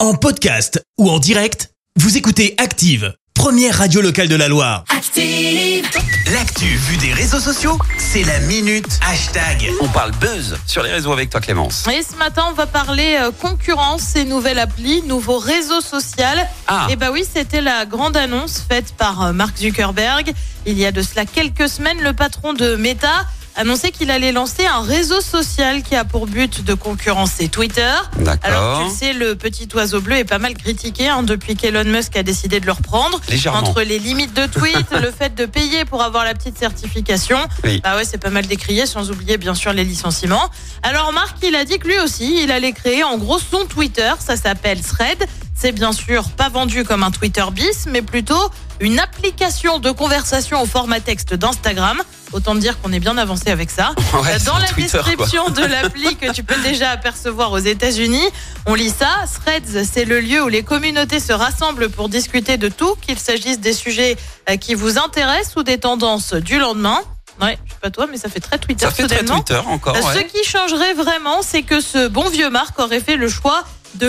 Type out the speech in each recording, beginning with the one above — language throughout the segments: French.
En podcast ou en direct, vous écoutez Active, première radio locale de la Loire. Active. L'actu vue des réseaux sociaux, c'est la minute hashtag. On parle buzz sur les réseaux avec toi Clémence. Et ce matin, on va parler euh, concurrence et nouvelle appli, nouveau réseau social. Ah. Et bah oui, c'était la grande annonce faite par euh, Mark Zuckerberg. Il y a de cela quelques semaines, le patron de Meta annonçait qu'il allait lancer un réseau social qui a pour but de concurrencer Twitter. Alors tu D'accord. le sais, le petit oiseau bleu est pas mal critiqué hein, depuis qu'Elon Musk a décidé de le reprendre. Légèrement. Entre les limites de tweets, le fait de payer pour avoir la petite certification, Oui. bah ouais, c'est pas mal décrié, sans oublier bien sûr les licenciements. Alors Marc, il a dit que lui aussi, il allait créer en gros son Twitter, ça s'appelle Thread. C'est bien sûr pas vendu comme un Twitter bis, mais plutôt une application de conversation au format texte d'Instagram. Autant te dire qu'on est bien avancé avec ça. Ouais, Euh, Dans c'est la Twitter, quoi. description de l'appli que tu peux déjà apercevoir aux États-Unis, on lit ça. Threads, c'est le lieu où les communautés se rassemblent pour discuter de tout, qu'il s'agisse des sujets euh, qui vous intéressent ou des tendances du lendemain. Ouais, je sais pas toi, mais ça fait très Twitter Ça fait très soudainement. Twitter encore. Euh, Ce Ouais. qui changerait vraiment, c'est que ce bon vieux Marc aurait fait le choix de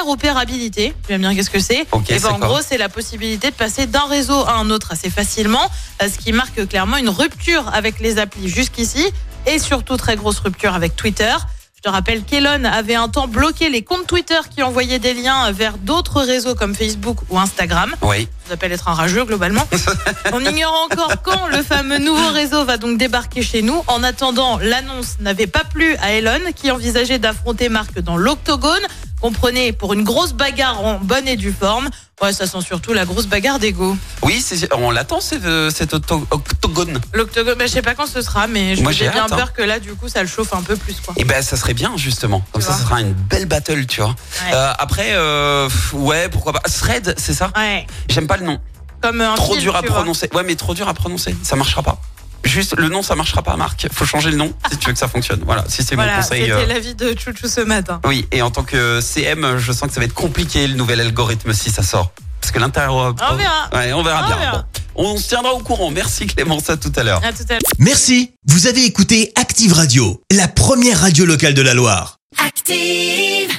l'interopérabilité. Tu vas me dire qu'est-ce que c'est Ok, Eh ben, c'est En quoi gros, c'est la possibilité de passer d'un réseau à un autre assez facilement, euh, ce qui marque clairement une rupture avec les applis jusqu'ici, et surtout très grosse rupture avec Twitter. Je te rappelle qu'Elon avait un temps bloqué les comptes Twitter qui envoyaient des liens vers d'autres réseaux comme Facebook ou Instagram. Oui. Ça s'appelle être un rageux globalement. On ignore encore quand le fameux nouveau réseau va donc débarquer chez nous. En attendant, l'annonce n'avait pas plu à Elon qui envisageait d'affronter Marc dans l'octogone. Comprenez, pour une grosse bagarre en bonne et due forme. Ouais, ça sent surtout la grosse bagarre d'ego. Oui, c'est- on l'attend c'est, euh, cet octo- octogone. L'octogone, bah, je sais pas quand ce sera, mais je- Moi, j'ai j'ai bien hâte, hein. peur que là, du coup, ça le chauffe un peu plus. Quoi. Et ben ça serait bien justement. Comme Tu ça, ça vois. sera une belle battle, tu vois. Ouais. Euh, après, euh, pff, ouais, pourquoi pas. Thread, c'est ça Ouais, J'aime pas le nom. comme euh, un Trop film, dur à tu vois. prononcer. Ouais, mais trop dur à prononcer. Ça marchera pas. Juste le nom, ça marchera pas, Marc. Faut changer le nom si tu veux que ça fonctionne. Voilà, si c'est mon Voilà, conseil. c'était euh, l'avis de Chouchou ce matin. Oui, et en tant que CM, je sens que ça va être compliqué le nouvel algorithme si ça sort. Parce que l'intérieur. On verra. Ouais, on verra On bien. verra. Bon. On se tiendra au courant. Merci Clémence, à tout à l'heure. À tout à l'heure. Merci, vous avez écouté Active Radio, la première radio locale de la Loire. Active.